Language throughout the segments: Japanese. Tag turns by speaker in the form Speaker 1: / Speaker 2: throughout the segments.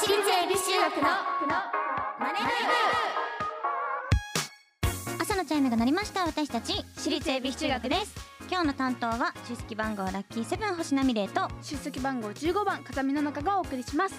Speaker 1: 私立恵比寿中学のマネ
Speaker 2: 朝のチャイムが鳴りました私たち
Speaker 3: 私立恵比寿中学です
Speaker 2: 今日の担当は出席番号ラッキーセブン星奈美玲と
Speaker 3: 出席番号15番風見の中がお送りします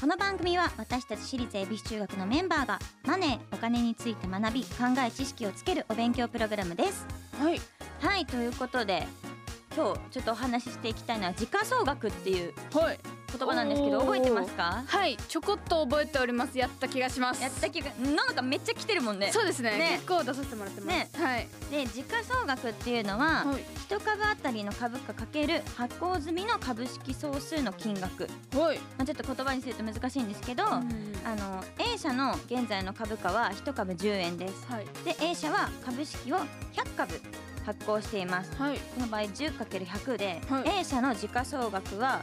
Speaker 2: この番組は私たち私立恵比寿中学のメンバーがマネーお金について学び考え知識をつけるお勉強プログラムです
Speaker 3: はい
Speaker 2: はいということで今日ちょっとお話ししていきたいのは時価総額っていう
Speaker 3: はい
Speaker 2: 言葉なんですけど
Speaker 3: おー
Speaker 2: 覚えてますか
Speaker 3: はいちょこっと覚えておりますやった気がします
Speaker 2: やった気がなんかめっちゃ来てるもんね
Speaker 3: そうですね
Speaker 2: ね
Speaker 3: 結構出させてもらってます、
Speaker 2: ね
Speaker 3: はい、
Speaker 2: で時価総額っていうのは、
Speaker 3: はい
Speaker 2: 一株あたりの株価かける発行済みの株式総数の金額、
Speaker 3: はい
Speaker 2: まあ、ちょっと言葉にすると難しいんですけど、
Speaker 3: う
Speaker 2: あ
Speaker 3: ん
Speaker 2: の A 社の現在の株価は1株10円です
Speaker 3: はい
Speaker 2: で A 社は株式を100株発行しています
Speaker 3: はい
Speaker 2: この場合 10×100 で、
Speaker 3: はい
Speaker 2: A 社の時価総額は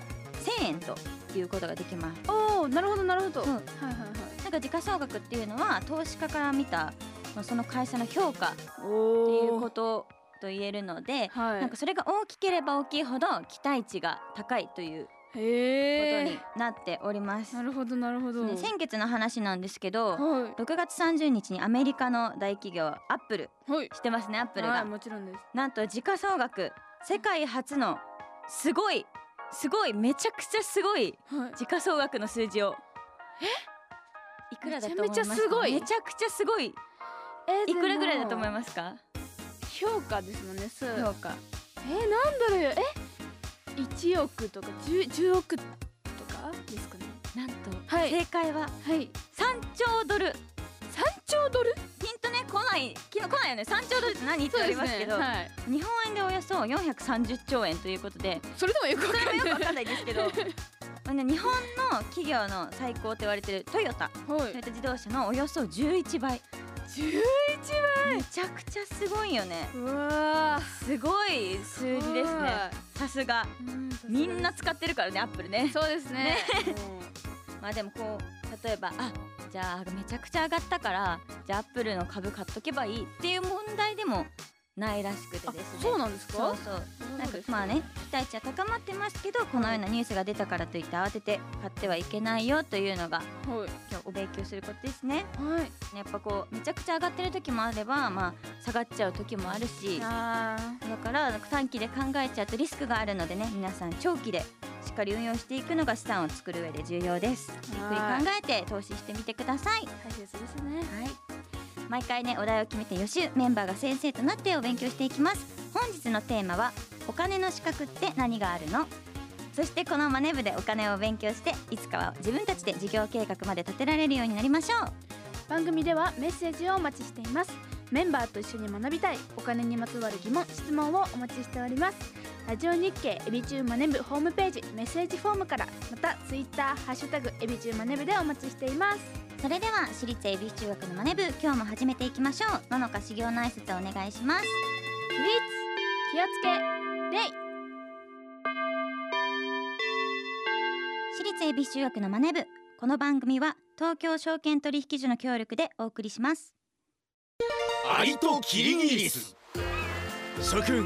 Speaker 2: 1000円ということができます
Speaker 3: おおなるほどなるほど、
Speaker 2: うん
Speaker 3: はいはいはい
Speaker 2: なんか時価総額っていうのは投資家から見たまあその会社の評価って
Speaker 3: お
Speaker 2: いうこととと言えるので、
Speaker 3: はい
Speaker 2: なんかそれが大きければ大きいほど期待値が高いという
Speaker 3: へ
Speaker 2: こと
Speaker 3: え
Speaker 2: になっております。
Speaker 3: なるほどなるほど、
Speaker 2: ね先月の話なんですけど、
Speaker 3: は
Speaker 2: 6月30日にアメリカの大企業アップル
Speaker 3: いはい
Speaker 2: 知ってますねアップル
Speaker 3: はい
Speaker 2: が、
Speaker 3: もちろんです
Speaker 2: なんと時価総額世界初のすごいすごいめちゃくちゃすごい
Speaker 3: はい
Speaker 2: 時価総額の数字をえいくらだと思います
Speaker 3: め
Speaker 2: か
Speaker 3: ちゃめちゃすごい
Speaker 2: めちゃくちゃすごい
Speaker 3: え
Speaker 2: いくらぐらいだと思い
Speaker 3: す
Speaker 2: ますか
Speaker 3: 評価ですもんねそう
Speaker 2: 評価
Speaker 3: えー、なんだろうよえ1億とか 10, 10億とかですかね
Speaker 2: なんと、
Speaker 3: はい
Speaker 2: 正解は
Speaker 3: はい
Speaker 2: 3兆ドル
Speaker 3: 3兆ドル
Speaker 2: ヒントね来ない昨日来ないよね三兆ドルって何って言われますけど
Speaker 3: はい、
Speaker 2: 日本円でおよそ430兆円ということで
Speaker 3: それでもよくわ
Speaker 2: それもよく
Speaker 3: か
Speaker 2: わ
Speaker 3: んな
Speaker 2: か
Speaker 3: い
Speaker 2: んないですけどまあね日本の企業の最高と言われてるトヨタ
Speaker 3: は
Speaker 2: トヨタ自動車のおよそ11倍
Speaker 3: 11
Speaker 2: めちゃくちゃすごいよね
Speaker 3: 倍うわ
Speaker 2: すごい数字ですねさすがみんな使ってるからねアップルね
Speaker 3: そうですね
Speaker 2: まあでもこう例えばあじゃあめちゃくちゃ上がったからじゃあアップルの株買っとけばいいっていう問題でもないらしくて
Speaker 3: あ
Speaker 2: ですね
Speaker 3: そうなんです
Speaker 2: そ
Speaker 3: か
Speaker 2: うそう
Speaker 3: そう
Speaker 2: なんか
Speaker 3: です
Speaker 2: まあね期待値は高まってますけどこのようなニュースが出たからといって慌てて買ってはいけないよというのが
Speaker 3: はい
Speaker 2: 今日お勉強することですね
Speaker 3: はい
Speaker 2: やっぱこうめちゃくちゃ上がってる時もあればまあ下がっちゃう時もあるしだ
Speaker 3: あ
Speaker 2: からなんか短期で考えちゃうとリスクがあるのでね皆さん長期でしっかり運用していくのが資産を作る上で重要ですゆっくり
Speaker 3: はい
Speaker 2: 考えて投資してみてください
Speaker 3: ー大切ですね
Speaker 2: はい。毎回ねお題を決めて予習メンバーが先生となってお勉強していきます本日のテーマはお金の資格って何があるのそしてこのマネ部でお金をお勉強していつかは自分たちで事業計画まで立てられるようになりましょう
Speaker 3: 番組ではメッセージをお待ちしていますメンバーと一緒に学びたいお金にまつわる疑問質問をお待ちしておりますラジオ日経エビチューマネブホームページメッセージフォームからまたツイッターハッシュタグエビチューマネブでお待ちしています
Speaker 2: それでは私立恵比寿中学のマネ部今日も始めていきましょうののか修行の挨拶をお願いします
Speaker 3: 起立気をつけ礼
Speaker 2: 私立恵比寿中学のマネ部この番組は東京証券取引所の協力でお送りします
Speaker 4: アリとキリギリス
Speaker 5: 諸君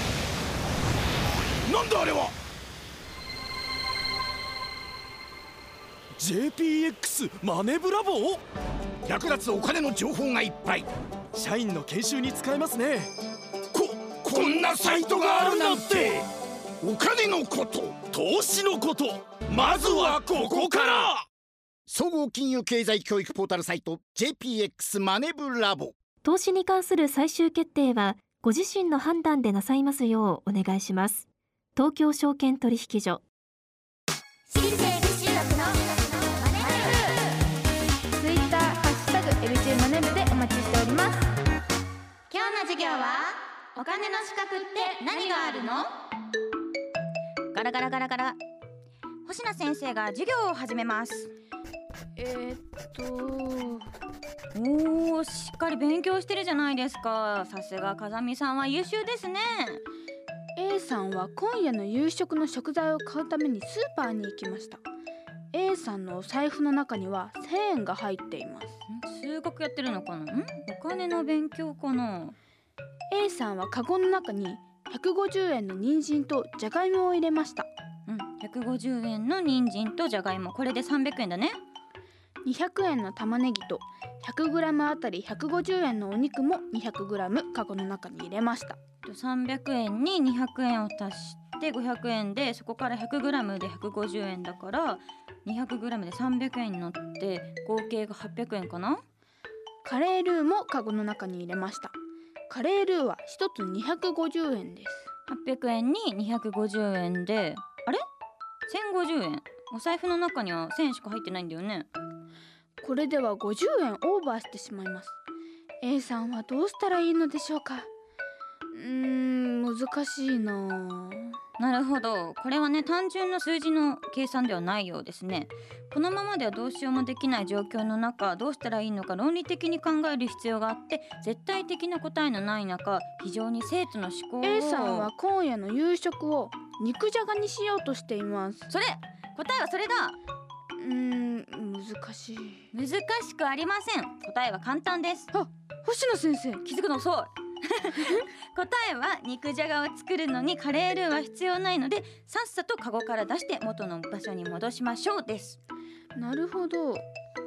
Speaker 4: なんだあれは
Speaker 5: JPX マネブラボ
Speaker 4: 役立つお金の情報がいっぱい
Speaker 5: 社員の研修に使えますね
Speaker 4: ここんなサイトがあるなんてお金のこと
Speaker 5: 投資のことまずはここから
Speaker 4: 総合金融経済教育ポータルサイト JPX マネブラボ
Speaker 6: 投資に関する最終決定はご自身の判断でなさいますようお願いします東京証券取引所
Speaker 1: 私立恵比寿中学のマネ
Speaker 3: ツイッターハッシュタグエビチューマネブでお待ちしております
Speaker 2: 今日の授業はお金の資格って何があるのガラガラガラガラ星名先生が授業を始めます
Speaker 3: えー、っと
Speaker 2: おおしっかり勉強してるじゃないですかさすが風見さんは優秀ですね
Speaker 3: A さんは今夜の夕食の食材を買うためにスーパーに行きました A さんのお財布の中には1000円が入っています
Speaker 2: 数学やってるのかなんお金の勉強かな
Speaker 3: A さんはカゴの中に150円の人参とじゃがいもを入れました
Speaker 2: うん150円の人参とじゃがいもこれで300円だね
Speaker 3: 200円の玉ねぎと 100g あたり150円のお肉も 200g カゴの中に入れました
Speaker 2: と300円に200円を足して500円でそこから 100g で150円だから 200g で300円になって合計が800円かな
Speaker 3: カレールーもカゴの中に入れましたカレールーは1つ250円です
Speaker 2: 800円に250円であれ1050円お財布の中には1000円しか入ってないんだよね
Speaker 3: これでは50円オーバーしてしまいます A さんはどうしたらいいのでしょうかうーん難しいなあ
Speaker 2: なるほどこれはね単純な数字の計算ではないようですねこのままではどうしようもできない状況の中どうしたらいいのか論理的に考える必要があって絶対的な答えのない中非常に生徒の思考を
Speaker 3: A さんは今夜の夕食を肉じゃがにしようとしています
Speaker 2: それ答えはそれだ
Speaker 3: うーん難しい
Speaker 2: 難しくありません答えは簡単です
Speaker 3: 星野先生
Speaker 2: 気づくの遅い 答えは肉じゃがを作るのにカレールーは必要ないのでさっさとカゴから出して元の場所に戻しましょうです
Speaker 3: なるほど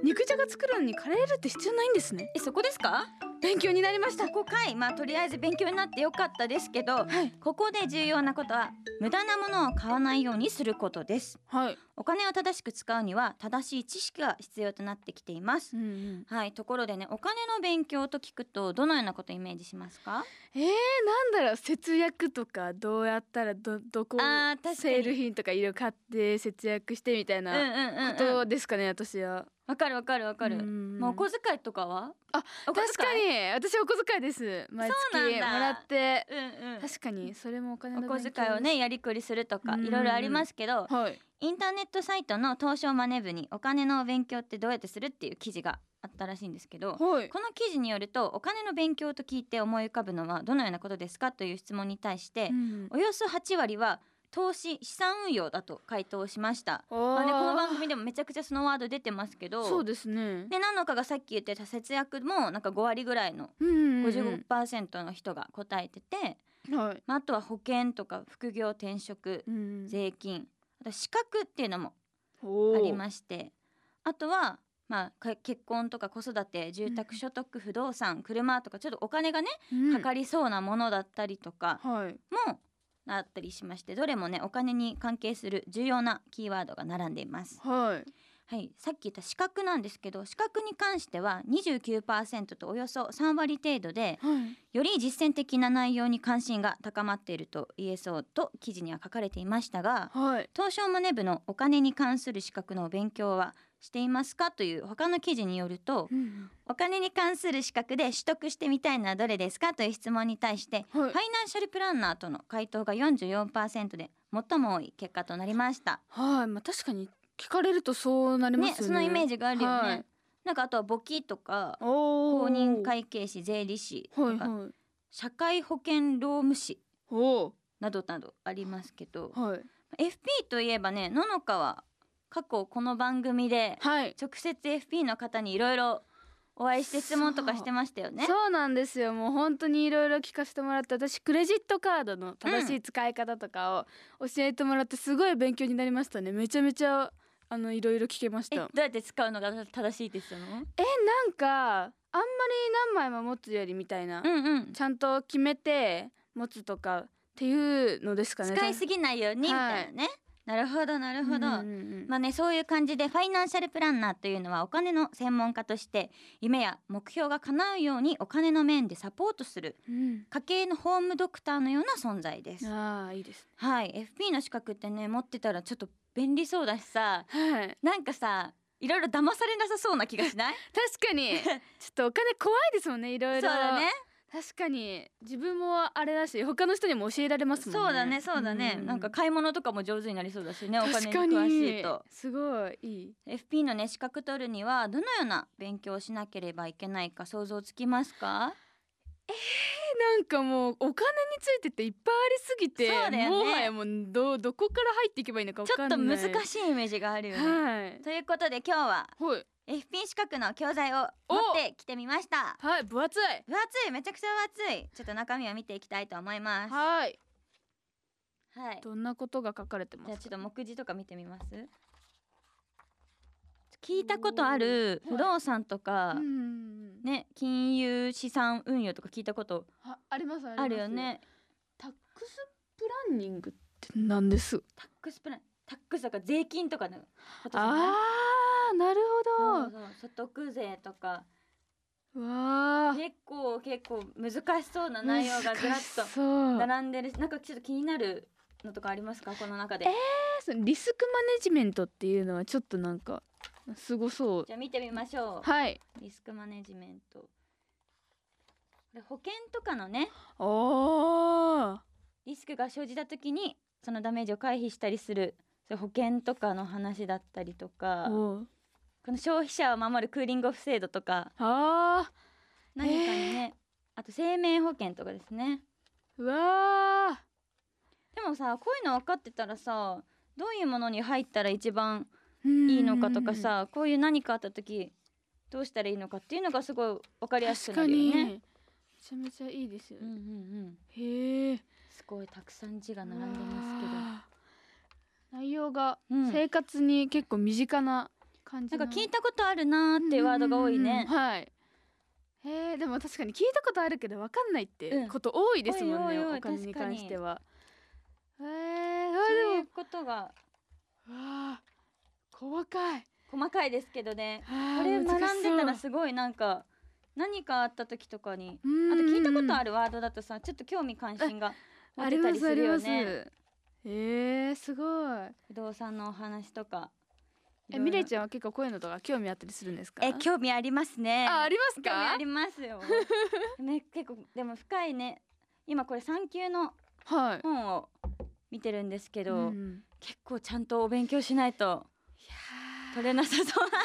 Speaker 3: 肉じゃが作るのにカレールーって必要ないんですね
Speaker 2: えそこですか
Speaker 3: 勉強になりました
Speaker 2: そこかいまあとりあえず勉強になってよかったですけど
Speaker 3: はい
Speaker 2: ここで重要なことは無駄なものを買わないようにすることです
Speaker 3: はい、
Speaker 2: お金を正しく使うには正しい知識が必要となってきています
Speaker 3: うんうん、
Speaker 2: はいところでねお金の勉強と聞くとどのようなことをイメージしますか
Speaker 3: えー、なんだろう節約とかどうやったらどどこ
Speaker 2: あー確かに
Speaker 3: セール品とかいろいろ買って節約してみたい
Speaker 2: うんうん
Speaker 3: な
Speaker 2: うん
Speaker 3: こ
Speaker 2: うん
Speaker 3: とですかね、私は
Speaker 2: わかるわかるわかる
Speaker 3: うん
Speaker 2: まあお小遣いとかは
Speaker 3: あ
Speaker 2: お小遣い
Speaker 3: 確かに私お小遣いです毎
Speaker 2: そうなん
Speaker 3: 月
Speaker 2: だ
Speaker 3: もらって
Speaker 2: うん
Speaker 3: 確かにそれもお金
Speaker 2: う
Speaker 3: の
Speaker 2: ん、お
Speaker 3: 勉強
Speaker 2: 小遣いをねやりくりするとか
Speaker 3: うん
Speaker 2: いろいろありますけど
Speaker 3: はい
Speaker 2: インターネットサイトの東証マネ部にお金のお勉強ってどうやってするっていう記事があったらしいんですけどこ
Speaker 3: はい
Speaker 2: の記事によるとお金の勉強と聞いて思い浮かぶのはどのようなことですかという質問に対して
Speaker 3: うん
Speaker 2: およそ8割は投資資産運用だと回答しました。
Speaker 3: あ
Speaker 2: まあね、この番
Speaker 3: 組
Speaker 2: 組でもめちゃくちゃそのワード出てますけど
Speaker 3: そうですね
Speaker 2: で何のかがさっき言ってた節約もなんか5割ぐらいの
Speaker 3: うんうんうん
Speaker 2: 55%の人が答えてて、
Speaker 3: はい
Speaker 2: まあ、あとは保険とか副業転職
Speaker 3: うん
Speaker 2: 税金あと資格っていうのも
Speaker 3: お
Speaker 2: あ
Speaker 3: ー
Speaker 2: りましてあとは、まあ、か結婚とか子育て住宅所得不動産車とかちょっとお金がね
Speaker 3: うん
Speaker 2: かかりそうなものだったりとか
Speaker 3: はい
Speaker 2: もあったりしましてどれもねお金に関係する重要なキーワードが並んでいます。
Speaker 3: はい
Speaker 2: はい、さっき言った資格なんですけど資格に関しては29%とおよそ3割程度で
Speaker 3: はい
Speaker 2: より実践的な内容に関心が高まっていると言えそうと記事には書かれていましたが
Speaker 3: はい
Speaker 2: 東証マネ部のお金に関する資格のお勉強はしていますかという他の記事によると
Speaker 3: うん
Speaker 2: お金に関する資格で取得してみたいのはどれですかという質問に対して
Speaker 3: は
Speaker 2: ファイナンシャルプランナーとの回答が44%で最も多い結果となりました。
Speaker 3: はいまあ確かに聞かれるとそうなります
Speaker 2: ね
Speaker 3: よね
Speaker 2: そのイメージがあるよね。
Speaker 3: はい
Speaker 2: なんかあとは簿記とか
Speaker 3: お
Speaker 2: 公
Speaker 3: お
Speaker 2: 認会計士税理士とか、
Speaker 3: はいはい
Speaker 2: 社会保険労務士
Speaker 3: お
Speaker 2: などなどありますけど
Speaker 3: ーはい
Speaker 2: FP といえばねののかは過去この番組で
Speaker 3: はい
Speaker 2: 直接 FP の方にいろいろお会いして質問とかしてましたよね。
Speaker 3: そうなんですよもう本当にいろいろ聞かせてもらって私クレジットカードの正しい使い方とかを教えてもらってすごい勉強になりましたねめちゃめちゃあのいろいろ聞けまし
Speaker 2: えど
Speaker 3: た
Speaker 2: うやって使うのが正しいですよね。
Speaker 3: えなんかあんまり何枚も持つよりみたいな、
Speaker 2: うんうん。
Speaker 3: ちゃんと決めて持つとかっていうのですかね
Speaker 2: 使いすぎないようにみたいなね。なるほどなるほど。
Speaker 3: うんうんうん
Speaker 2: まあね、そういう感じでファイナンシャルプランナーというのはお金の専門家として夢や目標が叶うようにお金の面でサポートする
Speaker 3: うん
Speaker 2: 家計のホームドクターのような存在です。
Speaker 3: ああいいです
Speaker 2: はい、FP の資格ってね持ってたらちょっと便利そうだしさ
Speaker 3: はい
Speaker 2: なんかさいろいろ 騙されなさそうな気がしない
Speaker 3: 確かにちょっとお金怖いですもんねいろい
Speaker 2: そう
Speaker 3: ろ
Speaker 2: だね
Speaker 3: 確かに自分もあれだし他の人にも教えられますもんね
Speaker 2: そうだねそうだね、
Speaker 3: う
Speaker 2: なんか買い物とかも上手になりそうだしねお金
Speaker 3: 確
Speaker 2: に
Speaker 3: かに
Speaker 2: 詳しいと
Speaker 3: すごいいい
Speaker 2: FP のね資格取るにはどのような勉強をしなければいけないか想像つきますか
Speaker 3: なんかもうお金についてっていっぱいありすぎて
Speaker 2: そうだよね
Speaker 3: もはやもうどどこから入っていけばいいのかわ
Speaker 2: ちょ
Speaker 3: か
Speaker 2: っ
Speaker 3: んな
Speaker 2: と
Speaker 3: い
Speaker 2: 難しいイメージがあるよね、
Speaker 3: はい
Speaker 2: ということで今日は
Speaker 3: はい、
Speaker 2: FP 資格の教材を持ってきてみました
Speaker 3: はい、分厚い
Speaker 2: 分厚いめちゃくちゃ分厚いちょっと中身を見ていきたいと思いますは
Speaker 3: はい
Speaker 2: い
Speaker 3: どんなことが書かれてま
Speaker 2: じゃあ
Speaker 3: す
Speaker 2: ちょっと目次とか見てみます聞いたことある不動産とか、
Speaker 3: うん
Speaker 2: ね金融資産運用とか聞いたこと
Speaker 3: あありますあります
Speaker 2: あるよね
Speaker 3: タックスプランニングって何です
Speaker 2: タックスプランタックスとか税金とかのことじゃない
Speaker 3: あーなる
Speaker 2: そ
Speaker 3: ほ
Speaker 2: うそう所得税とか
Speaker 3: どわあ
Speaker 2: 結構結構難しそうな内容がずらっと
Speaker 3: そう
Speaker 2: 並んでるしなんかちょっと気になるのとかありますかこの中で、
Speaker 3: そのリスクマネジメントっていうのはちょっとなんかすごそう
Speaker 2: じゃあ見てみましょう、
Speaker 3: はい
Speaker 2: リスクマネジメントこれ保険とかのね
Speaker 3: おー
Speaker 2: リスクが生じた時にそのダメージを回避したりするそれ保険とかの話だったりとか
Speaker 3: おー
Speaker 2: この消費者を守るクーリングオフ制度とか
Speaker 3: あ
Speaker 2: 何かにね、あと生命保険とかですね
Speaker 3: ーうわあ
Speaker 2: でもさこういうの分かってたらさどういうものに入ったら一番
Speaker 3: い
Speaker 2: いいのかとかさこういう何かあった時どうしたらいいのかっていうのがすごい分かりやす
Speaker 3: 確か
Speaker 2: くなる
Speaker 3: に
Speaker 2: よね。
Speaker 3: めちゃめちゃいいですよ
Speaker 2: うんうん
Speaker 3: ね
Speaker 2: うん、
Speaker 3: へえ
Speaker 2: すごいたくさん字が並んでます
Speaker 3: けど内容が
Speaker 2: けど、うん、
Speaker 3: 生活に結構身近な感じ
Speaker 2: なんか聞い
Speaker 3: た
Speaker 2: たことあるなーっていうワードが多いね。
Speaker 3: はいへえでも確かに聞いたことあるけどわかんないっ
Speaker 2: う
Speaker 3: て
Speaker 2: ん
Speaker 3: こと多いですもんね
Speaker 2: 多い多い多い
Speaker 3: お金に
Speaker 2: 確か
Speaker 3: 関
Speaker 2: に
Speaker 3: してはへえあ
Speaker 2: そうい
Speaker 3: で
Speaker 2: う
Speaker 3: も
Speaker 2: ことが
Speaker 3: わあ細かい
Speaker 2: 細かいですけどね
Speaker 3: こ
Speaker 2: これ学んでたら
Speaker 3: あ
Speaker 2: すごいなんか何かあった時とか
Speaker 3: と
Speaker 2: にあと聞いたことあ
Speaker 3: る
Speaker 2: るワードだとさちょっと興味関心が持
Speaker 3: あ
Speaker 2: て
Speaker 3: り
Speaker 2: た
Speaker 3: ま
Speaker 2: り
Speaker 3: す
Speaker 2: す
Speaker 3: あ
Speaker 2: る
Speaker 3: り
Speaker 2: よ
Speaker 3: ます
Speaker 2: ね
Speaker 3: へえすごい
Speaker 2: 不動産のお話とか
Speaker 3: えミレイち
Speaker 2: ゃん
Speaker 3: ゃんは結構こういうのとか興味あったりするんですか
Speaker 2: え興味ありますね
Speaker 3: ああります
Speaker 2: 興味あ
Speaker 3: か
Speaker 2: りま すよね結構でも深いね今これ3級の
Speaker 3: はい
Speaker 2: 本を見てるんですけど、
Speaker 3: うん
Speaker 2: 結構ちゃんとお勉強しないと
Speaker 3: いやー
Speaker 2: 取れなさそう な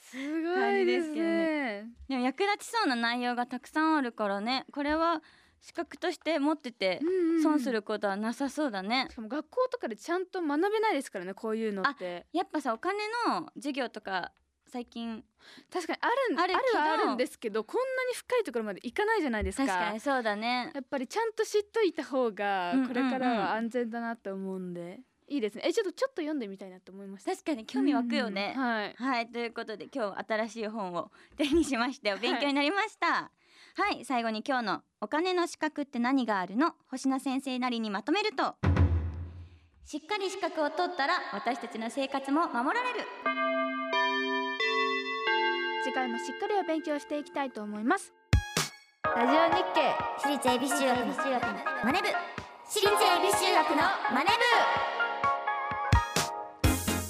Speaker 3: すごいですね
Speaker 2: でも役立ちそうな内容がたくさんあるからねこれは資格として持ってて
Speaker 3: うんうん
Speaker 2: 損することはなさそうだね
Speaker 3: し、かも学校とかでちゃんと学べないですからねこういうのって
Speaker 2: やっぱさお金の授業とか最近
Speaker 3: 確かにあるん
Speaker 2: あ
Speaker 3: あ
Speaker 2: る
Speaker 3: る
Speaker 2: けど
Speaker 3: はあるんですけどこんなに深いところまでいかないじゃないですか
Speaker 2: 確かにそうだね
Speaker 3: やっぱりちゃんと知っといた方が
Speaker 2: うんうんうん
Speaker 3: これからは安全だなと思うんで、いいですねえちょっとちょっと読んでみたいなと思いました
Speaker 2: 確かに興味湧くよね、
Speaker 3: うんはい
Speaker 2: はいということで今日新しい本を 手にしましてお勉強になりましたはい、最後に今日の「お金の資格って何があるの?」星名先生なりにまとめるとしっかり資格を取ったら私たちの生活も守られる
Speaker 3: 次回もしっかりお勉強していきたいと思います
Speaker 1: ラジオ日経私立恵比寿中学のマネ部私立恵比寿中学のマネ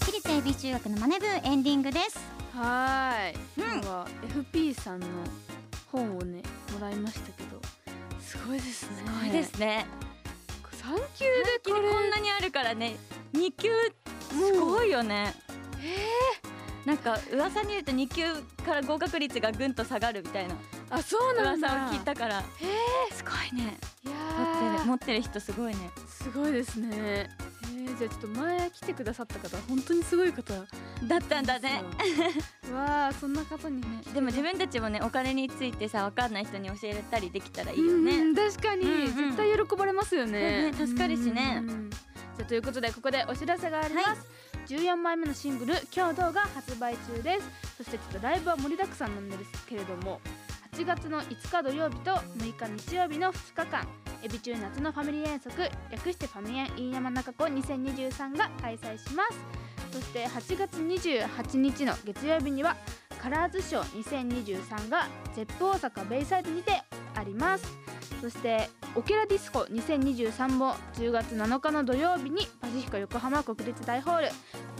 Speaker 2: 私立恵比寿中学のマネ部エンディングです
Speaker 3: はーい、
Speaker 2: う
Speaker 3: 今
Speaker 2: ん
Speaker 3: 日は FP さんの本をねもらいましたけどすごいですね
Speaker 2: すごいですね
Speaker 3: 三級でこ
Speaker 2: こ
Speaker 3: れ
Speaker 2: んなにあるからね2級すごいよねなんか噂に言うと2級から合格率がぐんと下がるみたいな
Speaker 3: あそうなん
Speaker 2: 噂を
Speaker 3: だ
Speaker 2: 聞いたからすごいね
Speaker 3: いや
Speaker 2: 持って
Speaker 3: ー
Speaker 2: る持ってる人すごいね
Speaker 3: すごいですねえー、じゃあちょっと前来てくださった方は本当にすごい方
Speaker 2: だったんだね
Speaker 3: ですよわあそんな方にね
Speaker 2: でも自分たちもねお金についてさわかんない人に教えたりできたらいいよ
Speaker 3: うんう
Speaker 2: ね
Speaker 3: ん確かに、
Speaker 2: うんうん
Speaker 3: 絶対喜ばれますよね
Speaker 2: そうね助かるしね
Speaker 3: うんうんうんじゃあということでここでお知らせがあります、14枚目のシングル「今日どう」が発売中ですそしてちょっとライブは盛りだくさんなんですけれども8月の5日土曜日と6日日曜日の2日間エビ中夏のファミリー遠足略してファミエン飯山中湖2023が開催しますそして8月28日の月曜日にはカラーズショー2023がゼップ大阪ベイサイドにてありますそしてオケラディスコ2023も10月7日の土曜日にパシフィコ横浜国立大ホール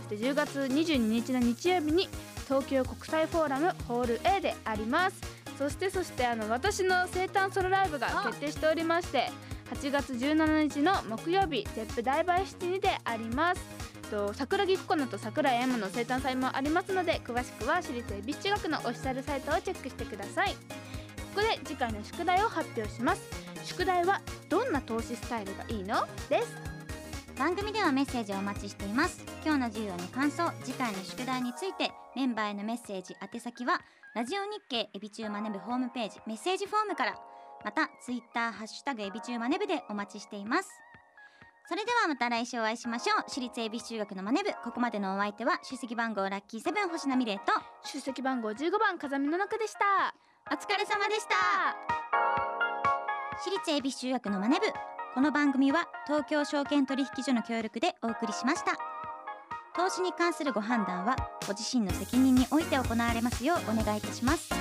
Speaker 3: そして10月22日の日曜日に東京国際フォーラムホール A でありますそしてそしてあの私の生誕ソロライブが決定しておりまして8月17日の木曜日ゼップダイバーシティにてありますと桜木ココナと桜井エマの生誕祭もありますので詳しくは私立恵比寿中学のオフィシャルサイトをチェックしてくださいここで次回の宿題を発表します宿題はどんな投資スタイルがいいのです
Speaker 2: 番組ではメッセージをお待ちしています今日の授業の感想次回の宿題についてメンバーへのメッセージ宛先はラジオ日経エビチューマネブホームページメッセージフォームからまたツイッターハッシュタグエビチューマネブでお待ちしていますそれではまた来週お会いしましょう私立恵比寿中学のマネブここまでのお相手は出席番号ラッキーセブン星名美玲と
Speaker 3: 出席番号15番風見の中でした
Speaker 2: お疲れ様でした私立恵比寿中学のマネブこの番組は東京証券取引所の協力でお送りしました投資に関するご判断はご自身の責任において行われますようお願いいたします